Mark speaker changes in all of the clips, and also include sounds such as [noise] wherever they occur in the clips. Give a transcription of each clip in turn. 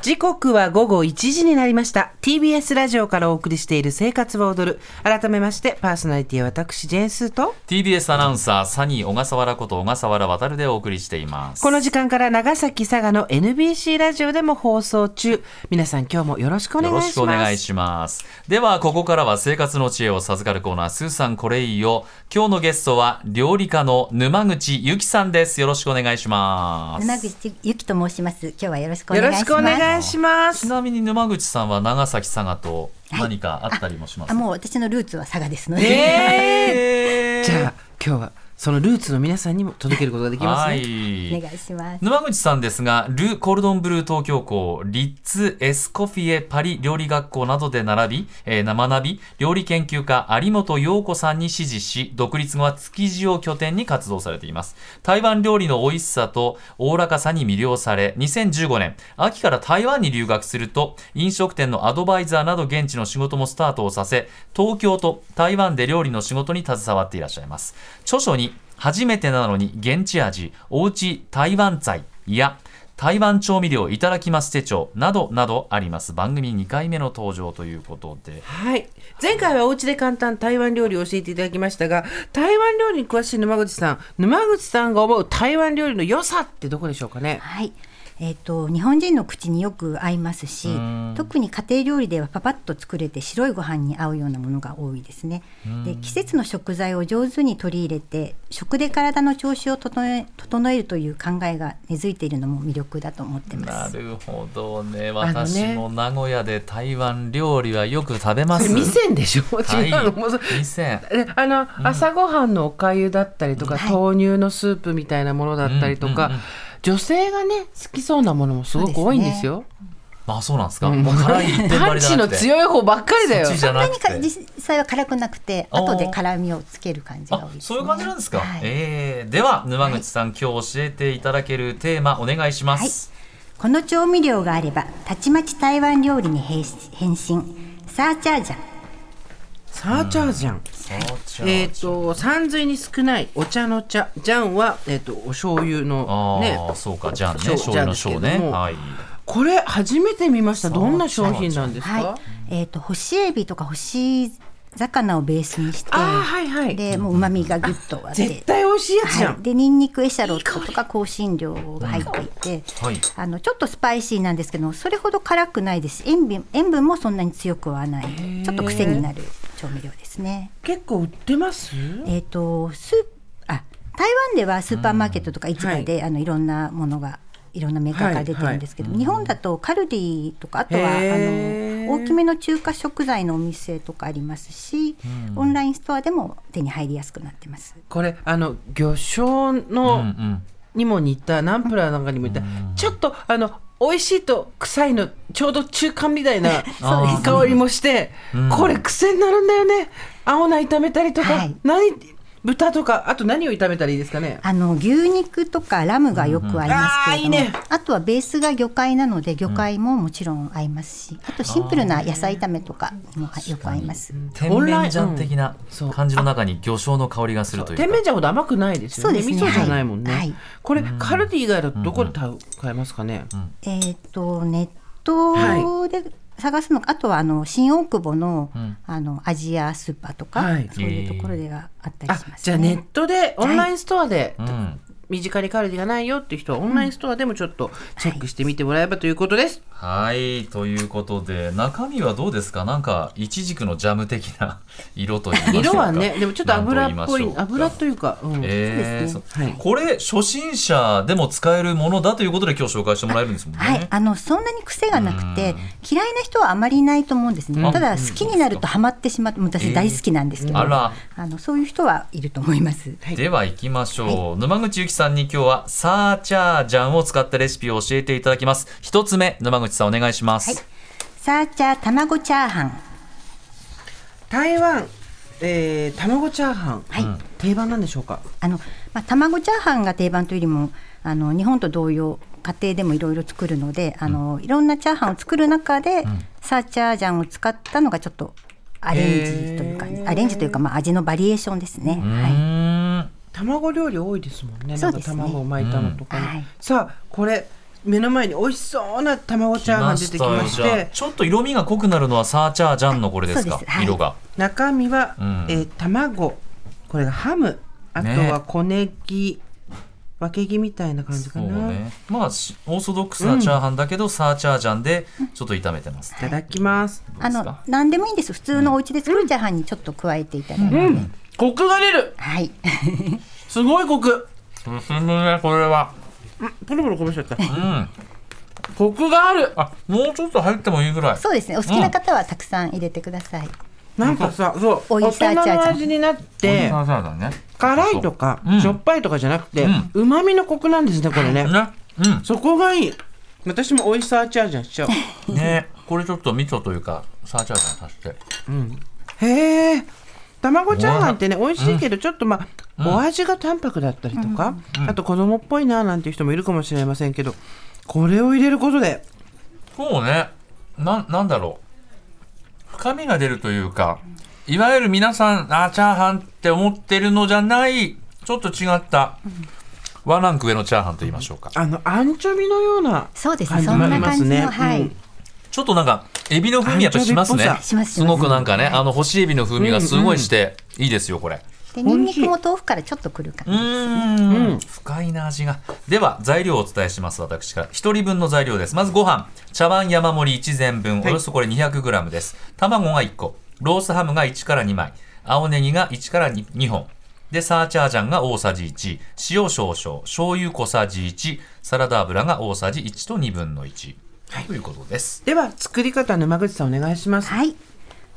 Speaker 1: 時刻は午後1時になりました TBS ラジオからお送りしている「生活は踊る」改めましてパーソナリティは私ジェーンスーと
Speaker 2: TBS アナウンサーサニー小笠原こと小笠原渉でお送りしています
Speaker 1: この時間から長崎佐賀の NBC ラジオでも放送中皆さん今日もよろしくお願
Speaker 2: よろ
Speaker 1: い
Speaker 2: し
Speaker 1: し
Speaker 2: くお願
Speaker 1: ま
Speaker 2: い
Speaker 1: す
Speaker 2: しますではここからは生活の知恵を授かるコーナースーさんこれいいよ今日のゲストは料理家の沼口由紀さんですよろしくお願いします
Speaker 3: 沼口ゆきと申します。今日はよろしくお
Speaker 1: よ
Speaker 3: 願
Speaker 1: ろ
Speaker 3: いします。
Speaker 1: しくお願いしま
Speaker 2: ち
Speaker 1: す
Speaker 2: なみに沼口さんは長崎佐賀と何かあったりもします
Speaker 3: あ、もう私のルーツは佐賀ですので。
Speaker 2: えー
Speaker 1: じゃあ今日はそのルーツの皆さんにも届けることができます
Speaker 2: は
Speaker 1: ね、
Speaker 3: [laughs] お
Speaker 2: い
Speaker 3: 願いします。
Speaker 2: 沼口さんですが、ル・コルドンブルー東京校、リッツ・エスコフィエ・パリ料理学校などで並び、えー学び、料理研究家、有本陽子さんに師事し、独立後は築地を拠点に活動されています。台湾料理の美味しさとおおらかさに魅了され、2015年、秋から台湾に留学すると、飲食店のアドバイザーなど現地の仕事もスタートをさせ、東京と台湾で料理の仕事に携わっていらっしゃいます。著書に、初めてなのに現地味おうち台湾菜いや台湾調味料いただきます手帳などなどあります番組2回目の登場ということで
Speaker 1: はい、前回はお家で簡単台湾料理を教えていただきましたが台湾料理に詳しい沼口さん沼口さんが思う台湾料理の良さってどこでしょうかね
Speaker 3: はい。えっ、と日本人の口によく合いますし、特に家庭料理ではパパッと作れて白いご飯に合うようなものが多いですね。で、季節の食材を上手に取り入れて、食で体の調子を整え整えるという考えが根付いているのも魅力だと思ってま
Speaker 2: な
Speaker 3: す。
Speaker 2: るほどね
Speaker 1: あのね
Speaker 2: 私も名古屋で台湾料理はよく食べま
Speaker 1: それ
Speaker 2: す
Speaker 1: 店でしょ、
Speaker 2: は
Speaker 1: 違
Speaker 2: いう
Speaker 1: のもうそ
Speaker 2: 店
Speaker 1: えあの、朝ごはんのおかゆだったりとか、
Speaker 3: はい
Speaker 1: 豆乳のスープみたいなものだったりとか、
Speaker 2: うんうんうん
Speaker 1: 女性がね好きそうなものもすごく多いんですよ。
Speaker 2: あそうなんですか、もう辛い一点
Speaker 1: パ
Speaker 2: 張
Speaker 1: ン
Speaker 2: りじ
Speaker 1: チ
Speaker 2: ゃな
Speaker 1: の
Speaker 2: くて
Speaker 1: 強い方ばっかりだよ
Speaker 2: そ。っちじゃな
Speaker 3: 何
Speaker 2: く
Speaker 3: か
Speaker 2: て
Speaker 3: 実際は辛くなくて、
Speaker 2: あー
Speaker 3: 後で辛みをつける感じが多い
Speaker 2: あ
Speaker 3: です、ね。
Speaker 2: そういう感じなんですか、
Speaker 3: はい
Speaker 2: えーでは沼口さん、今日教えていただけるテーマお願いします、
Speaker 3: この調味料があればたちまち台湾料理に変身変身サーチャージャン
Speaker 1: サーチャージャン。
Speaker 2: そうちゃう
Speaker 1: えっ、と山水に少ないお茶の茶、ジャンはえっ、とお醤油の
Speaker 2: ああ、
Speaker 1: ね。
Speaker 2: そうか、じゃあね、
Speaker 1: そう
Speaker 2: 醤油の醤
Speaker 1: じゃあです
Speaker 2: ね。
Speaker 1: けども
Speaker 2: はい。
Speaker 1: これ初めて見ました。どんな商品なんですか。
Speaker 3: はいえっ、と干しエビとか干し魚をベースにして
Speaker 1: あーはいはい
Speaker 3: でもう旨味がギュッとあって
Speaker 1: 絶対美味しいやつじゃん。
Speaker 3: はい、でニンニクエシャロットとか香辛料が入っていて、
Speaker 2: うんはい
Speaker 3: あのちょっとスパイシーなんですけどもそれほど辛くないですし塩分塩分もそんなに強くはないちょっと癖になる調味料ですね。
Speaker 1: 結構売ってます。
Speaker 3: えっ、とスーあ台湾ではスーパーマーケットとか市場で、い、あのいろんなものがいろんなメーカーから出てるんですけど、日本だとカルディとかあとはあ
Speaker 1: へー
Speaker 3: の大きめの中華食材のお店とかありますし、オンラインストアでも手に入りやすくなってます。
Speaker 1: これあの魚醤
Speaker 2: うんう
Speaker 1: の
Speaker 2: ん。
Speaker 1: にも似たナンプラーなんかにも似た、ちょっとあの美味しいと臭いのちょうど中間みたいな
Speaker 2: そうです
Speaker 1: 香りもして、
Speaker 2: うん
Speaker 1: これ癖になるんだよね青菜炒めたりとか、
Speaker 3: はい
Speaker 1: 何豚とかあと何を炒めたらいいですかね
Speaker 3: あの牛肉とかラムがよく合いますけれども、
Speaker 1: うんうんあーいいね
Speaker 3: あとはベースが魚介なので魚介ももちろん合いますし、あとシンプルな野菜炒めとかにもよく合います。
Speaker 2: 甜
Speaker 1: オンライン
Speaker 2: 麺醤的な
Speaker 1: そう
Speaker 2: 感じの中に魚醤の香りがするというか。
Speaker 1: 甜麺醤ほど甘くないですよね
Speaker 3: そうですね
Speaker 1: 味噌じゃないもんね、
Speaker 3: はいはい
Speaker 1: これカルディ以外だとどこで買う買えますかね、
Speaker 3: えっ、とネットで探すのか、あとはあの新大久保の,、あのアジアスーパーとか、
Speaker 1: はい
Speaker 3: そういうところではあったり
Speaker 1: あ
Speaker 3: します、
Speaker 1: じゃあネットでオンラインストアで、
Speaker 2: うん。
Speaker 1: 身近にカルディがないよっていう人はオンラインストアでもちょっとチェックしてみてもらえばということです、
Speaker 2: はい。ということで、中身はどうですかなんか、いちじくのジャム的な [laughs] 色と言いましょうか。
Speaker 1: 色はねでもちょっと油
Speaker 2: な
Speaker 1: っ
Speaker 2: んと
Speaker 1: ぽ
Speaker 2: 言
Speaker 1: い
Speaker 2: ましょうか
Speaker 1: 油というか、うん
Speaker 2: えー
Speaker 3: そう
Speaker 1: ですねはい
Speaker 2: そうこれ初心者でも使えるものだということで今日紹介してもらえるんですもんね。
Speaker 3: はい、あのそんなに癖がなくて嫌いな人はあまりいないと思うんですね、
Speaker 2: うん
Speaker 3: ただ好きになるとハマってしまって私大好きなんですけど、
Speaker 2: あら
Speaker 3: あのそういう人はいると思います。
Speaker 2: では行きましょう、沼口ゆきさんに今日はサーチャージャンを使ったレシピを教えていただきます一つ目沼口さんお願いします、
Speaker 3: はいサーチャー卵チャーハン、
Speaker 1: 台湾、えー、卵チャーハン、
Speaker 3: はい
Speaker 1: 定番なんでしょうか
Speaker 3: あの、まあ、卵チャーハンが定番というよりもあの日本と同様家庭でもいろいろ作るのであの、いろんなチャーハンを作る中で、サーチャージャンを使ったのがちょっとアレンジという感じアレンジというか、まあ、味のバリエーションですね。は
Speaker 2: う
Speaker 3: い
Speaker 2: ーん
Speaker 1: 卵料理多いですもんね
Speaker 3: そう
Speaker 1: なん
Speaker 3: で
Speaker 1: か
Speaker 3: すね
Speaker 1: 卵を巻いたのとかね、
Speaker 3: うんはい
Speaker 1: さあこれ目の前に美味しそうな卵チャーハン出てきまし
Speaker 2: 来ましたよじゃあ
Speaker 1: て
Speaker 2: ちょっと色味が濃くなるのはサーチャージャンのこれですか
Speaker 3: そうですはい
Speaker 2: 色が
Speaker 1: 中身は、
Speaker 2: うん
Speaker 1: えー卵これがハムあとは小ネギ、分け木みたいな感じか
Speaker 2: そう
Speaker 1: な、
Speaker 2: ねまあしオーソドックスなチャーハンだけど、サーチャージャンでちょっと炒めてます
Speaker 1: いただきます
Speaker 2: どう
Speaker 3: あ
Speaker 2: です
Speaker 3: の
Speaker 2: か
Speaker 3: 何でもいいんです普通のお家で作るチャーハンにちょっと加えていただいて、
Speaker 1: コクが出る
Speaker 3: はい [laughs]
Speaker 1: すごいコク
Speaker 2: 進むねこれは
Speaker 1: ポロポロこぼしちゃった
Speaker 2: うん
Speaker 1: コクがある
Speaker 2: あもうちょっと入ってもいいぐらい
Speaker 3: そうですねお好きな方はたくさん入れてください、
Speaker 1: なんかさそう
Speaker 3: オイ
Speaker 1: 大
Speaker 3: スター
Speaker 1: 人
Speaker 3: チャージャン
Speaker 1: の味になって
Speaker 2: サーチャージャンね
Speaker 1: 辛いとか
Speaker 2: うん
Speaker 1: しょっぱいとかじゃなくて
Speaker 2: うん
Speaker 1: うまみのコクなんですねこれね
Speaker 2: ね
Speaker 1: そこがいい私もオイスターチャージャンしちゃう
Speaker 2: うんねこれちょっと味噌というかサーチャージャン足して
Speaker 1: へえ卵チャーハンってね美味しいけどちょっとまあ、お味が淡白だったりとか、あと子供っぽいななんていう人もいるかもしれませんけどこれを入れることで
Speaker 2: そうねなんなんだろう深みが出るというかいわゆる皆さんあーチャーハンって思ってるのじゃないちょっと違ったワンランク上のチャーハンと言いましょうか
Speaker 1: あのアンチョビのような
Speaker 3: そうですね
Speaker 1: 感じ
Speaker 3: そん
Speaker 1: もあり
Speaker 3: な
Speaker 1: ま
Speaker 3: 感
Speaker 1: す
Speaker 3: じの、
Speaker 1: ね
Speaker 3: はい、
Speaker 1: うん
Speaker 2: ちょっとなんかエビの風味やっぱしますね
Speaker 1: アンチョビっぽさ
Speaker 3: しますし
Speaker 2: す
Speaker 3: ます
Speaker 2: ごくなんかねあの干しエビの風味がすごいしていいですよこれ
Speaker 3: でニンニクも豆腐からちょっとくる感
Speaker 2: う
Speaker 3: じ、
Speaker 2: ーん深いな味がでは材料をお伝えします私から1人分の材料ですまずご飯茶碗山盛り1膳分およそこれ 200g です、卵が1個ロースハムが1から2枚青ネギが1から2 2本でサーチャージャンが大さじ1塩少々醤油小さじ1サラダ油が大さじ1と1分の1、ということです
Speaker 1: では作り方沼口さんお願いします、
Speaker 3: はい。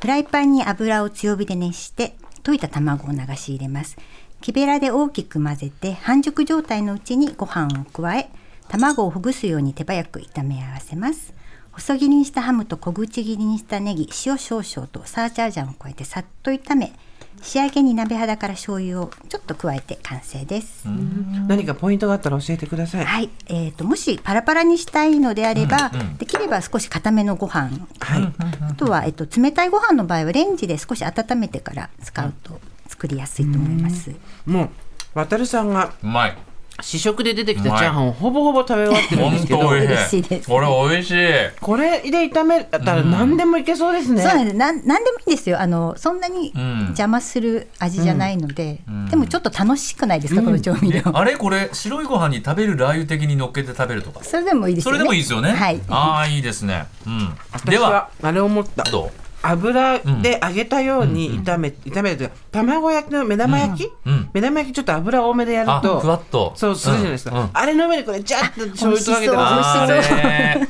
Speaker 3: フライパンに油を強火で熱して、溶いた卵を流し入れます。木べらで大きく混ぜて、半熟状態のうちにご飯を加え、卵をほぐすように手早く炒め合わせます。細切りにしたハムと小口切りにしたネギ、塩少々とサーチャージャンを加えてさっと炒め、仕上げに鍋肌から醤油をちょっと加えて完成です。
Speaker 1: 何かポイントがあったら教えてください、
Speaker 3: はい、えー、ともしパラパラにしたいのであれば、できれば少し固めのご飯、
Speaker 1: はい
Speaker 3: あとは、えっと、冷たいご飯の場合はレンジで少し温めてから使うと作りやすいと思います。
Speaker 1: もう渡るさんが
Speaker 2: うまい
Speaker 1: 試食で出てきたチャーハンをほぼほぼ食べ終わってるんですけど
Speaker 2: 本当美
Speaker 3: 嬉
Speaker 2: 味
Speaker 3: し
Speaker 2: し
Speaker 3: い
Speaker 2: い
Speaker 3: です
Speaker 2: これ美味しい
Speaker 1: これで炒めたら何でもいけそうですね、
Speaker 3: そうなんですなんなんでもいいんですよあのそんなに
Speaker 2: ん
Speaker 3: 邪魔する味じゃないので、でもちょっと楽しくないですか、この調味料
Speaker 2: えあれこれ白いご飯に食べるラー油的に乗っけて食べるとか
Speaker 3: [laughs] それでもいいです
Speaker 2: そ
Speaker 3: よね
Speaker 2: れでもいいですよね。
Speaker 3: はい
Speaker 2: ああ、いいですね。うん。
Speaker 1: 私
Speaker 2: では
Speaker 1: は、あれ思った
Speaker 2: ど
Speaker 1: 油で揚げたように炒め、炒めるというか卵焼きの目玉焼き、
Speaker 2: うんうん
Speaker 1: 目玉焼きちょっと油多めでやる
Speaker 2: あ、ふ
Speaker 1: と
Speaker 2: わっと。
Speaker 1: そうするじゃないですか、
Speaker 2: うんうん
Speaker 1: あれの上にこれジャッと醤油とかけた
Speaker 3: あ美味し
Speaker 1: ら
Speaker 2: あれ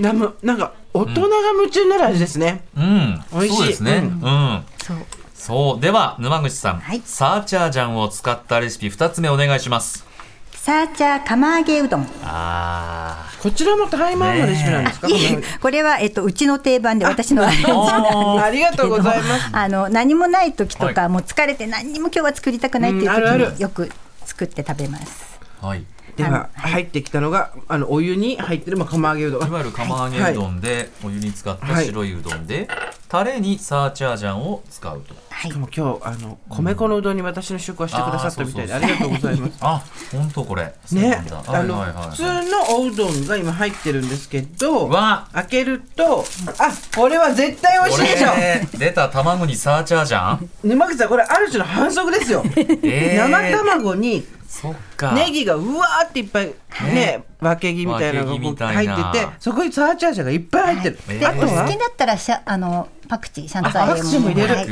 Speaker 1: なんかなんか大人が夢中になる味ですね、
Speaker 2: うん。
Speaker 1: 美味しい
Speaker 2: そうですね。
Speaker 1: う
Speaker 2: うん。
Speaker 3: そう
Speaker 2: そう。では、沼口さん
Speaker 3: はい、
Speaker 2: サーチャージャンを使ったレシピ二つ目お願いします。
Speaker 3: サーチャー釜揚げうどん
Speaker 2: あ
Speaker 1: こちらも台湾のレシピなんですか、
Speaker 3: いえ [laughs] これは、えっと、うちの定番で私のアレンジ
Speaker 2: あ。
Speaker 3: なんです
Speaker 2: お
Speaker 1: この
Speaker 2: ー
Speaker 1: ありがとうございます
Speaker 3: あの何もない時とか、
Speaker 2: は
Speaker 3: もう疲れて何にも今日は作りたくないっていう
Speaker 1: うん
Speaker 3: 時
Speaker 1: あるある
Speaker 3: によく作って食べます。
Speaker 2: はい。
Speaker 1: では入ってきたのがあのお湯に入ってるまあ釜揚げうど
Speaker 2: い
Speaker 1: ん
Speaker 2: わゆる釜揚げうどんで、お湯に使った白いうどんで、タレにサーチャージャンを使うと。
Speaker 3: は
Speaker 1: し
Speaker 3: い
Speaker 1: か、も今日あの米粉のうどんに私の試食はしてくださったみたいでありがとうございます
Speaker 2: あ、本当これ。そうな
Speaker 1: [laughs] ね
Speaker 2: んだ、は
Speaker 1: あ
Speaker 2: い
Speaker 1: の、
Speaker 2: はいはい
Speaker 1: 普通
Speaker 2: はい。
Speaker 1: のおうどんが今入ってるんですけど、
Speaker 2: わ
Speaker 1: 開けると、あ、これは絶対美味しいでしょ
Speaker 2: こ。れ出た卵にサーチャージャン
Speaker 1: 沼口さん、これある種の反則です [laughs] よ。
Speaker 2: えー
Speaker 1: 生卵に
Speaker 2: そっか。
Speaker 1: ネギがうわーっていっぱいね、分け木みたいなのがこ
Speaker 2: 分
Speaker 1: う
Speaker 2: け木みたい
Speaker 1: 入
Speaker 2: な
Speaker 1: ってて、そこにサーチャージャーがいっぱい入って
Speaker 2: はい
Speaker 1: る。あ
Speaker 2: え
Speaker 1: と
Speaker 2: ー
Speaker 3: お好
Speaker 1: は
Speaker 3: き、だったらシャあのパクチーシャンツァイ
Speaker 1: あパクチーも入れる
Speaker 3: はい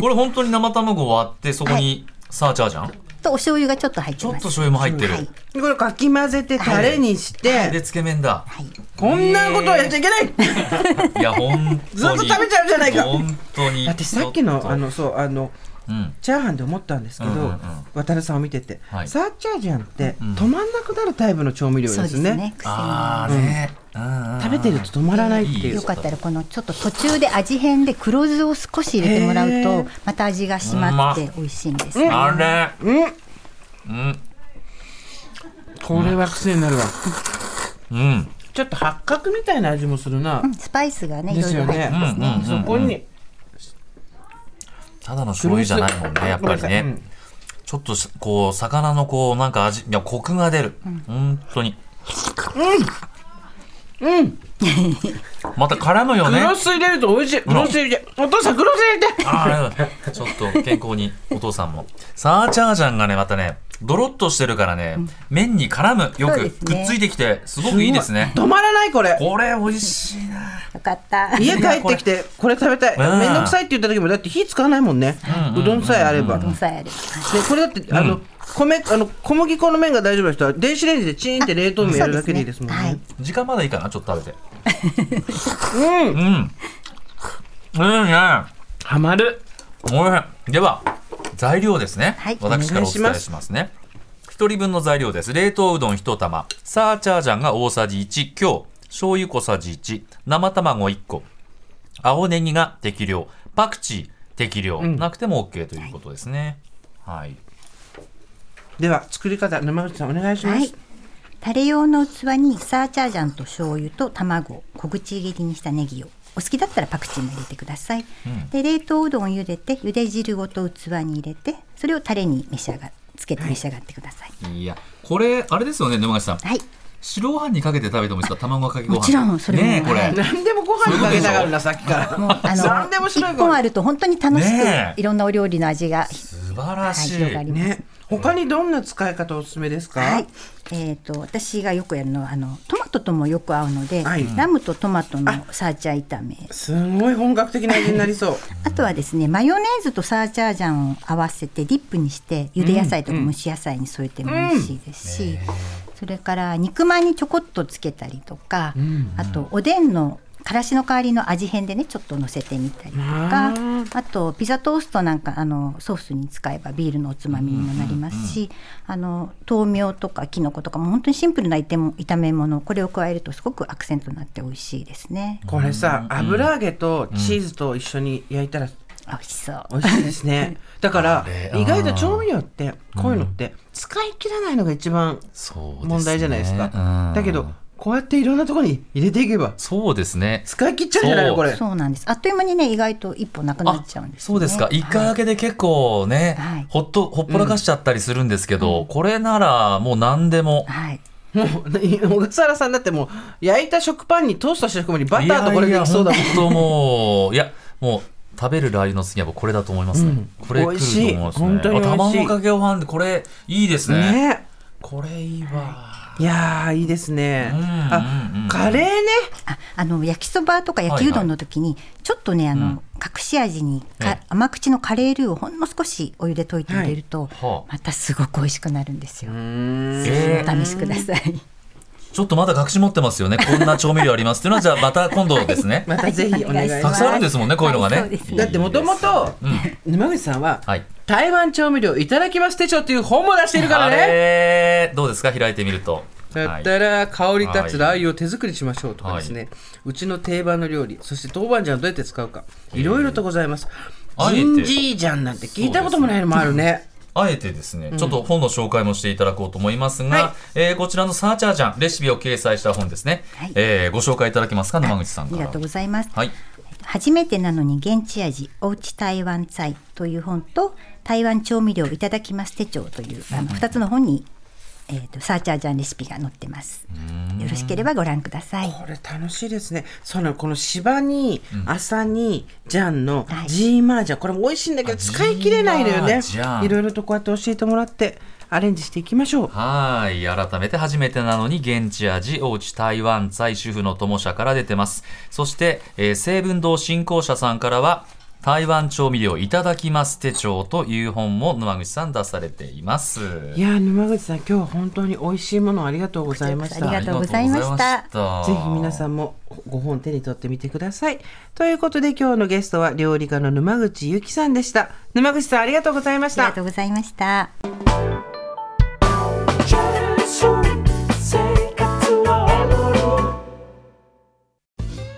Speaker 2: これ本当に生卵を割ってそこ
Speaker 3: は
Speaker 2: にサーチャージャン、
Speaker 3: とお醤油がちょっと入っ
Speaker 2: ち
Speaker 3: て
Speaker 2: ょっと
Speaker 3: ます。
Speaker 2: 醤油も入ってる、
Speaker 3: はい
Speaker 1: これをかき混ぜてタレにし
Speaker 2: で
Speaker 1: て、
Speaker 2: つけ麺だ、
Speaker 3: はい、
Speaker 1: こんなことはやっちゃいけない
Speaker 2: いや本当に
Speaker 1: ずっと食べちゃうじゃないか
Speaker 2: 本当に
Speaker 1: 私さっきの、あの、そう、あの、
Speaker 2: うん
Speaker 1: チャーハンで思ったんですけど、
Speaker 2: うんうんうん
Speaker 1: 渡るさんを見てて、
Speaker 2: はい
Speaker 1: サーチャージャンって
Speaker 2: ん
Speaker 1: 止まんなくなるタイプの調味料
Speaker 3: そう
Speaker 1: で
Speaker 3: ですす
Speaker 1: ね。
Speaker 3: ね。癖に
Speaker 2: あ
Speaker 3: な
Speaker 2: ーね、うんうん
Speaker 1: 食べてると止まらないって
Speaker 2: いい
Speaker 1: い
Speaker 3: る。
Speaker 1: う
Speaker 3: よ。かったらこのちょっと途中で味変で黒酢を少し入れてもら
Speaker 1: へ
Speaker 3: うと
Speaker 1: ー
Speaker 3: また味が締まって美味しいんですよ。
Speaker 2: あれ
Speaker 1: うん、
Speaker 2: うん
Speaker 1: これは癖になるわ。
Speaker 2: うん
Speaker 1: ちょっと八角みたいな味もするな
Speaker 3: う。んスパイスがねい
Speaker 1: で
Speaker 3: ろい
Speaker 1: す
Speaker 3: ろ
Speaker 1: よ
Speaker 3: 入って
Speaker 1: ね。
Speaker 3: ますね。
Speaker 1: そこに、
Speaker 2: ただの醤油じゃないもんねやっぱり
Speaker 1: ご
Speaker 2: ね、
Speaker 1: めんなさい
Speaker 2: ちょっとしこう魚のこうなんか味いやコクが出る、本当に
Speaker 1: うんうん
Speaker 2: また絡むよ
Speaker 1: グ
Speaker 2: ね
Speaker 1: ロス入れると美味しいグロス入れてお父さんグロス入れて
Speaker 2: あーちょっと健康にお父さんもサーチャージャンがねまたねドロッとしてるからね麺に絡むよ
Speaker 3: そう
Speaker 2: く
Speaker 3: です
Speaker 2: く
Speaker 3: ね
Speaker 2: っついてきてすごくいいですね
Speaker 1: 止まらないこれ
Speaker 2: これ美味しいな
Speaker 3: よかった。
Speaker 1: 家
Speaker 3: [laughs]
Speaker 1: 帰ってきてこれ食べたい
Speaker 2: うん
Speaker 1: めんどくさいって言った時もだって火使わないもんねうどんさえあればで
Speaker 3: さえあれば
Speaker 1: これだってあの米あの小麦粉の麺が大丈夫な人は電子レンジでチンって冷凍麺やるだけでいいですもん
Speaker 3: はい
Speaker 1: ね。
Speaker 2: 時間まだいいかなちょっと食べて
Speaker 3: [laughs]
Speaker 1: うん
Speaker 2: うんうんね
Speaker 1: ハマる
Speaker 2: おいしいでは材料ですね、
Speaker 3: はい
Speaker 2: 私からお伝
Speaker 1: お願いしま
Speaker 2: え
Speaker 1: す
Speaker 2: しますね一人分の材料です冷凍うどん1玉サーチャージャンが大さじ1強醤油小さじ1生卵1個青ネギが適量パクチー適量、
Speaker 1: ん
Speaker 2: なくても OK ということですねはい、
Speaker 1: では作り方生口さんお願いしま
Speaker 3: は
Speaker 1: す
Speaker 3: い。タレ用の器にサーチャージャンと醤油と卵、小口切りにしたネギを。お好きだったらパクチーも入れてください。で冷凍うどんを茹でて茹で汁ごと器に入れて、それをタレに召し上がつけて召し上がってください。
Speaker 2: い、やこれあれですよね沼橋さん
Speaker 3: はい。
Speaker 2: 白ご飯にかけて食べてもいいですか卵かけご飯
Speaker 3: もちろんそれも
Speaker 2: ねえこれ
Speaker 1: 何でもご飯にかけたがるなさっきから
Speaker 3: もうあ
Speaker 1: [laughs] 何でも
Speaker 3: の
Speaker 1: 白い
Speaker 3: 一
Speaker 1: ご
Speaker 3: 本
Speaker 1: 飯
Speaker 3: あると本当に楽し
Speaker 2: ねえ
Speaker 3: くいろんなお料理の味が、
Speaker 2: 素晴
Speaker 3: は
Speaker 2: ら
Speaker 3: い、
Speaker 2: し
Speaker 3: 広がり
Speaker 2: い
Speaker 3: ます。
Speaker 1: ね他にどんな使い方おすすめですか
Speaker 3: はい。えっ、と私がよくやるのはあのトマトともよく合うので、
Speaker 1: はい
Speaker 3: ラムとトマトのサーチャー炒め。
Speaker 1: すごい本格的な味になり [laughs] そう
Speaker 3: あとはですねマヨネーズとサーチャージャンを合わせてディップにしてゆで野菜とか蒸し野菜に添えても美味しいですし、それから肉まんにちょこっとつけたりとか、あとおでんのからしの代わりの味変でねちょっと乗せてみたりとか、あとピザトーストなんかあのソースに使えばビールのおつまみにもなりますし、あの豆苗とかきのことかも本当にシンプルな炒め炒め物これを加えるとすごくアクセントになって美味しいですね。
Speaker 1: これさ油揚げとチーズと一緒に焼いたら
Speaker 3: 美味しそう。
Speaker 1: 美味しいですねだから
Speaker 2: れ
Speaker 1: 意外と調味料ってこういうのって使い切らないのが一番
Speaker 2: そうですね
Speaker 1: 問題じゃないですか
Speaker 2: うん
Speaker 1: だけどこうやっていろんなところに入れていけば
Speaker 2: そうですね
Speaker 1: 使い切っちゃうんじゃないのこれ
Speaker 3: そうなんです。あっという間にね、意外と一歩なくなっちゃうんです、ね。
Speaker 2: そうですか。一回
Speaker 3: は
Speaker 2: だけで結構ね、
Speaker 3: はい
Speaker 2: ほっと、ほっぽらかしちゃったりするんですけど、これならもう何でも
Speaker 3: い。。はい。
Speaker 1: もう小笠原さんだってもう焼いた食パンにトーストした食パンにバターとこれ
Speaker 2: い
Speaker 1: で
Speaker 2: やいや
Speaker 1: きそうだもん
Speaker 2: 本当もう、いや、もう、食べるラー油の次はこれだと思いますね。
Speaker 1: うん
Speaker 2: これ来ると思いますね。
Speaker 1: 美味しい本当に美味しい
Speaker 2: あ卵かけご飯でこれいいですね。
Speaker 1: ね
Speaker 2: これいいわ。
Speaker 1: いやーいいですね
Speaker 2: うん
Speaker 1: あ
Speaker 2: うんうん
Speaker 1: カレーね
Speaker 3: あ、あの焼きそばとか焼きうどんの時に、ちょっとね、あの、隠し味にか、
Speaker 2: ええ
Speaker 3: 甘口のカレールーをほんの少しお湯で溶いて入れると、
Speaker 2: はあ
Speaker 3: またすごく美味しくなるんですよ。
Speaker 2: え
Speaker 3: ぜひお試しください。
Speaker 2: ちょっとまだ隠し持ってますよね。こんな調味料ありますっていうのは、じゃあまた今度で
Speaker 1: [laughs]
Speaker 2: すね。
Speaker 1: またぜひお願いし
Speaker 3: はい
Speaker 2: た
Speaker 1: ま
Speaker 2: く
Speaker 1: す
Speaker 2: さんあるんですもんね、こういうのがね。
Speaker 3: はいそうで
Speaker 1: [laughs]
Speaker 3: す
Speaker 1: だってもともと沼口さんは
Speaker 2: はい。
Speaker 1: 台湾調味料いただきます手帳っていう本も出しているから
Speaker 2: あ
Speaker 1: ね
Speaker 2: れ、どうですか開いてみると。
Speaker 1: だっ
Speaker 2: は
Speaker 1: た
Speaker 2: い
Speaker 1: ら香り立
Speaker 2: はい
Speaker 1: つラー油を手作りしましょうとかですね、うちの定番の料理そして豆板醤どうやって使うかいろいろとございます、
Speaker 2: あえて
Speaker 1: ジンジージャンなんて聞いたこともないのもあるね
Speaker 2: あえてですね、ちょっと本の紹介もしていただこうと思いますが、
Speaker 1: は
Speaker 2: えーこちらのサーチャージャン、レシピを掲載した本ですね、
Speaker 3: はい
Speaker 2: えーご紹介いただけますか、沼口さ
Speaker 3: あ
Speaker 2: んか
Speaker 3: り
Speaker 2: ら。
Speaker 3: がとうございます。
Speaker 2: はい。
Speaker 3: 初めてなのに現地味おうち台湾菜という本と台湾調味料いただきます手帳というあの2つの本に、えー、とサーチャージャンレシピが載ってますよろしければご覧ください
Speaker 1: これ楽しいですねそのこの芝に朝にジャンの
Speaker 3: はい
Speaker 1: ジーマージャンこれも美味しいんだけど使い切れないのよ
Speaker 2: ジーマ
Speaker 1: ね
Speaker 2: ージャン
Speaker 1: いろいろとこうやって教えてもらってアレンジしていきましょう
Speaker 2: はい。改めて初めてなのに現地味、おうち台湾在主婦の友社から出てます。そして、えー、成文堂振興社さんからは、台湾調味料いただきます手帳という本も沼口さん出されています。
Speaker 1: いやー沼口さん今日は本当に美味しいものをありがとうございました
Speaker 3: ありがとうございました
Speaker 2: ありがとうございました
Speaker 1: ぜひ皆さんもご本手に取ってみてください。ということで今日のゲストは料理家の沼口ゆきさんでした。沼口さんありがとうございまし
Speaker 3: ありが
Speaker 1: た
Speaker 3: と。うございました。